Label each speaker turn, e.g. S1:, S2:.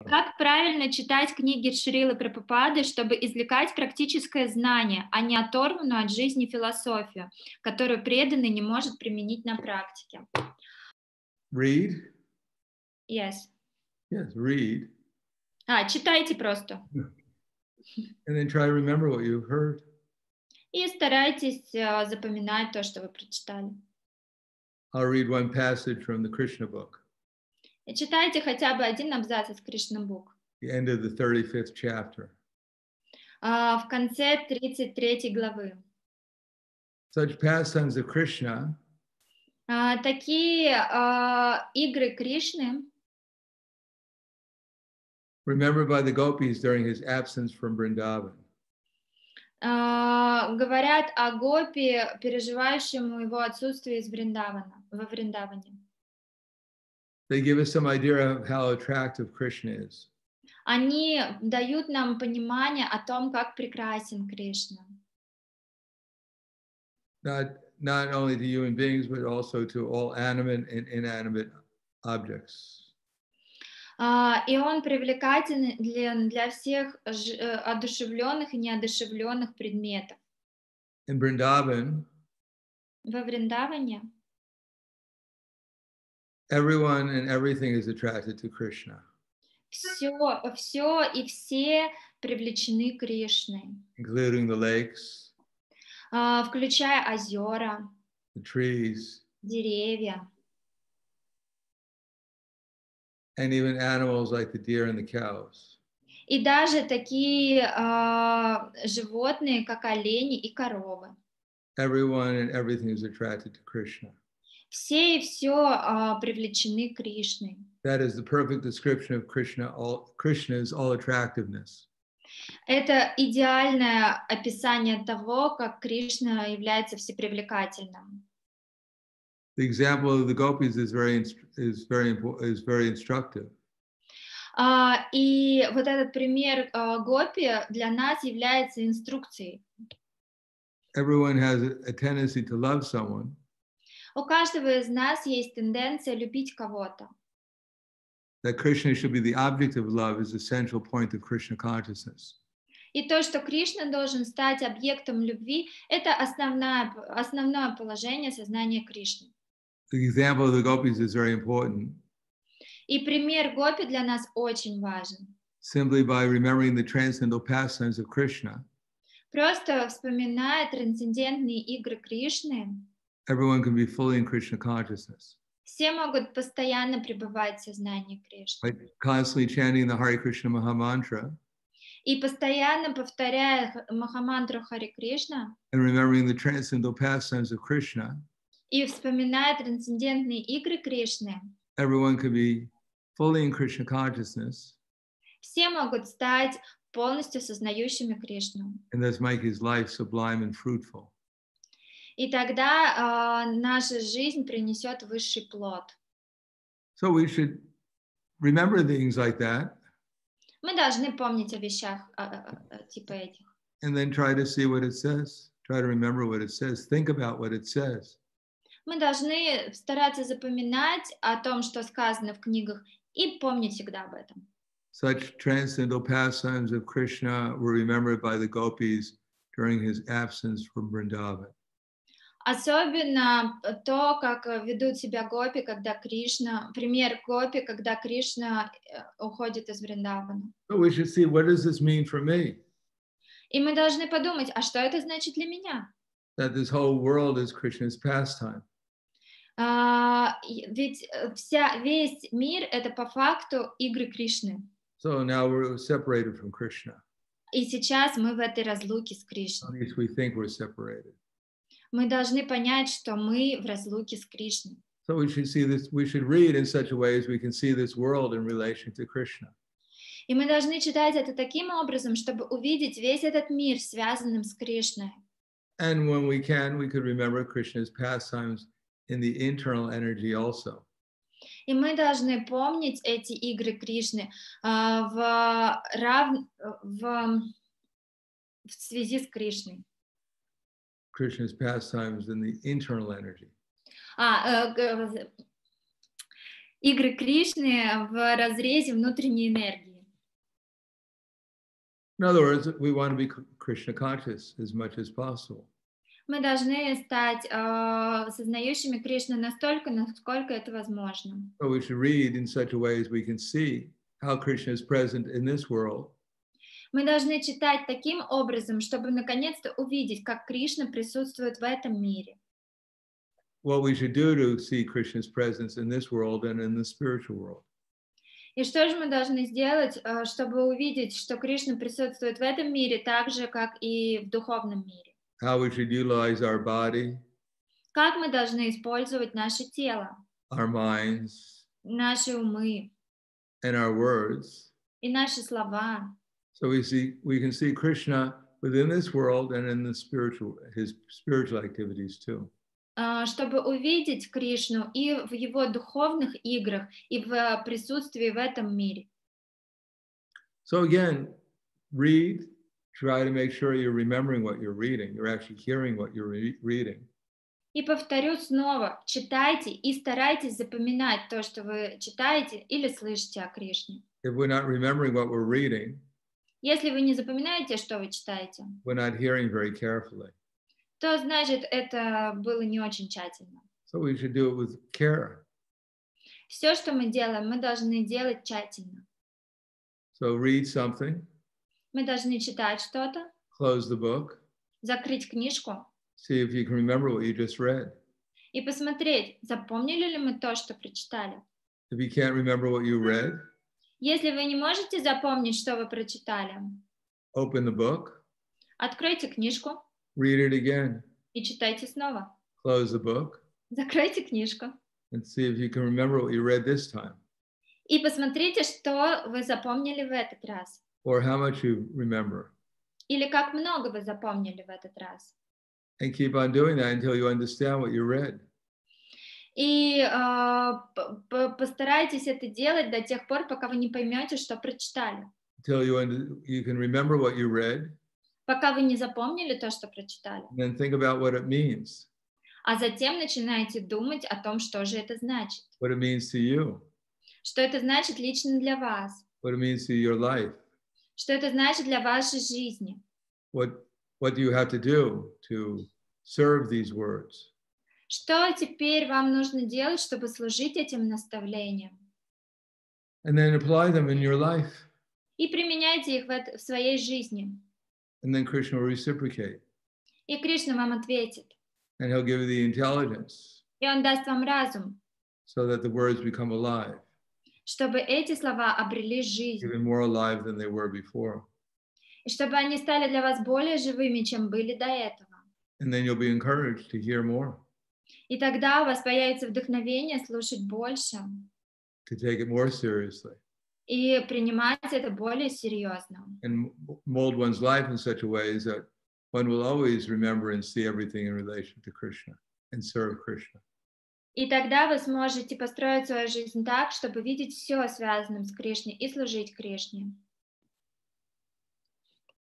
S1: Как правильно читать книги Шрилы Прабхупады, чтобы извлекать практическое знание, а не оторванную от жизни философию, которую преданный не может применить на практике?
S2: Read.
S1: Yes.
S2: Yes, read.
S1: А, читайте просто.
S2: And then try to remember what you've heard.
S1: И старайтесь э, запоминать то, что вы прочитали.
S2: I'll read one passage from the Krishna book,
S1: И читайте хотя бы один абзац из Кришнабук.
S2: the end of the 35th chapter.
S1: А, в конце 33 главы.
S2: Such pastimes of Krishna
S1: А, такие а, игры Кришны
S2: remembered by the gopis during his absence from Vrindavan.
S1: а, говорят о Гопи, переживающему его отсутствие из Вриндавана, во Вриндаване.
S2: They give us some idea of how attractive Krishna is.
S1: Они дают нам понимание о том, как прекрасен Кришна.
S2: not not only to human beings but also to all animate and inanimate objects
S1: А, И он привлекателен для, для всех ж- э, одушевленных и неодушевленных предметов.
S2: in Vrindavan,
S1: Во Вриндаване
S2: everyone and everything is attracted to Krishna,
S1: все, все и все привлечены Кришной,
S2: including the lakes,
S1: а, включая озера,
S2: the trees,
S1: деревья
S2: and even animals like the deer and the cows.
S1: и даже такие а, животные, как олени и коровы.
S2: Everyone and everything is attracted to Krishna.
S1: Все и все привлечены Кришной.
S2: That is the perfect description of Krishna. All Krishna's all attractiveness.
S1: Это идеальное описание того, как Кришна является всепривлекательным.
S2: The example of the gopis is very inst- is very important is very instructive.
S1: А, И вот этот пример а, Гопи для нас является инструкцией.
S2: Everyone has a- a tendency to love someone,
S1: У каждого из нас есть тенденция любить кого-то.
S2: that Krishna should be the object of love is the central point of Krishna consciousness.
S1: И то, что Кришна должен стать объектом любви, это основная, основное положение сознания Кришны.
S2: The example of the gopis is very important
S1: И пример Гопи для нас очень важен.
S2: simply by remembering the transcendental pastimes of Krishna.
S1: Просто вспоминая трансцендентные игры Кришны,
S2: Everyone can be fully in Krishna consciousness
S1: все могут постоянно пребывать в сознании Кришны.
S2: by constantly chanting the Hare Krishna Maha Mantra
S1: И постоянно повторяя х- Махамантру Хари Кришна,
S2: and remembering the transcendental pastimes of Krishna.
S1: и вспоминая трансцендентные игры Кришны,
S2: Everyone can be fully in Krishna consciousness
S1: все могут стать полностью сознающими Кришну.
S2: and thus make his life sublime and fruitful.
S1: И тогда а, наша жизнь принесет высший плод.
S2: So we should remember things like that
S1: Мы должны помнить о вещах а, а, а, типа этих.
S2: and then try to see what it says. Try to remember what it says. Think about what it says.
S1: Мы должны стараться запоминать о том, что сказано в книгах, и помнить всегда об этом.
S2: Such transcendental pastimes of Krishna were remembered by the gopis during his absence from Vrindavan.
S1: Особенно то, как э, ведут себя гопи, когда Кришна, пример гопи, когда Кришна э, уходит из Вриндавана.
S2: So we should see what does this mean for me?
S1: И мы должны подумать, а что это значит для меня?
S2: That this whole world is Krishna's pastime.
S1: А, и- ведь э, вся, весь мир — это по факту игры Кришны.
S2: So now we're separated from Krishna.
S1: И сейчас мы в этой разлуке с
S2: At
S1: Кришной.
S2: least we think we're separated.
S1: Мы должны понять, что мы в разлуке с Кришной.
S2: So we should see this, we should read in such a way as we can see this world in relation to Krishna.
S1: И мы должны читать это таким образом, чтобы увидеть весь этот мир, связанным с Кришной.
S2: And when we can, we could remember Krishna's pastimes in the internal energy also.
S1: И мы должны помнить эти игры Кришны а, в, рав- в, в связи с Кришной.
S2: Krishna's pastimes in the internal energy.
S1: А, э, г- в- игры Кришны в разрезе внутренней энергии.
S2: In other words, we want to be Krishna conscious as much as possible.
S1: Мы должны стать э, сознающими Кришну настолько, насколько это возможно.
S2: But we should read in such a way as we can see how Krishna is present in this world
S1: Мы должны читать таким образом, чтобы наконец-то увидеть, как Кришна присутствует в этом мире.
S2: what we should do to see Krishna's presence in this world and in the spiritual world.
S1: И что же мы должны сделать, э, чтобы увидеть, что Кришна присутствует в этом мире так же, как и в духовном мире?
S2: How we should utilize our body,
S1: Как мы должны использовать наше тело,
S2: our minds,
S1: наши умы
S2: and our words.
S1: и наши слова,
S2: So we see we can see Krishna within this world and in the spiritual his spiritual activities too.
S1: э, чтобы увидеть Кришну и в его духовных играх, и в э, присутствии в этом мире.
S2: So again, read, try to make sure you're remembering what you're reading, you're actually hearing what you're re- reading.
S1: И повторю снова, читайте и старайтесь запоминать то, что вы читаете или слышите о Кришне.
S2: If we're not remembering what we're reading,
S1: Если вы не запоминаете, что вы читаете,
S2: we're not hearing very carefully.
S1: то значит это было не очень тщательно.
S2: So we should do it with care.
S1: Все, что мы делаем, мы должны делать тщательно.
S2: So read something,
S1: Мы должны читать что-то,
S2: close the book,
S1: закрыть книжку
S2: see if you can remember what you just read.
S1: и посмотреть, запомнили ли мы то, что прочитали.
S2: If you can't remember what you read,
S1: Если вы не можете запомнить, что вы прочитали,
S2: open the book,
S1: откройте книжку
S2: read it again,
S1: и читайте снова.
S2: close the book,
S1: Закройте книжку
S2: and see if you can remember what you read this time
S1: и посмотрите, что вы запомнили в этот раз.
S2: or how much you remember.
S1: Или как много вы запомнили в этот раз.
S2: And keep on doing that until you understand what you read.
S1: И э, п- п- постарайтесь это делать до тех пор, пока вы не поймете, что прочитали.
S2: Until you, under, you can remember what you read
S1: Пока вы не запомнили то, что прочитали.
S2: and then think about what it means,
S1: А затем начинаете думать о том, что же это значит.
S2: what it means to you,
S1: Что это значит лично для вас.
S2: what it means to your life,
S1: Что это значит для вашей жизни.
S2: what, what do you have to do to serve these words.
S1: Что теперь вам нужно делать, чтобы служить этим наставлениям.
S2: And then apply them in your life.
S1: И применяйте их в, эт- в своей жизни.
S2: And then Krishna will reciprocate
S1: И Кришна вам ответит.
S2: and he'll give you the intelligence
S1: И он даст вам разум,
S2: so that the words become alive,
S1: чтобы эти slova обрели жизнь,
S2: even more alive than they were before.
S1: и чтобы они стали для вас более живыми, чем были до этого.
S2: And then you'll be encouraged to hear more,
S1: И тогда у вас появится вдохновение слушать больше
S2: to take it more seriously,
S1: и принимать это более серьезно.
S2: and m- mold one's life in such a way as that one will always remember and see everything in relation to Krishna and serve Krishna.
S1: И тогда вы сможете построить свою жизнь так, чтобы видеть все связанным с Кришной и служить Кришне.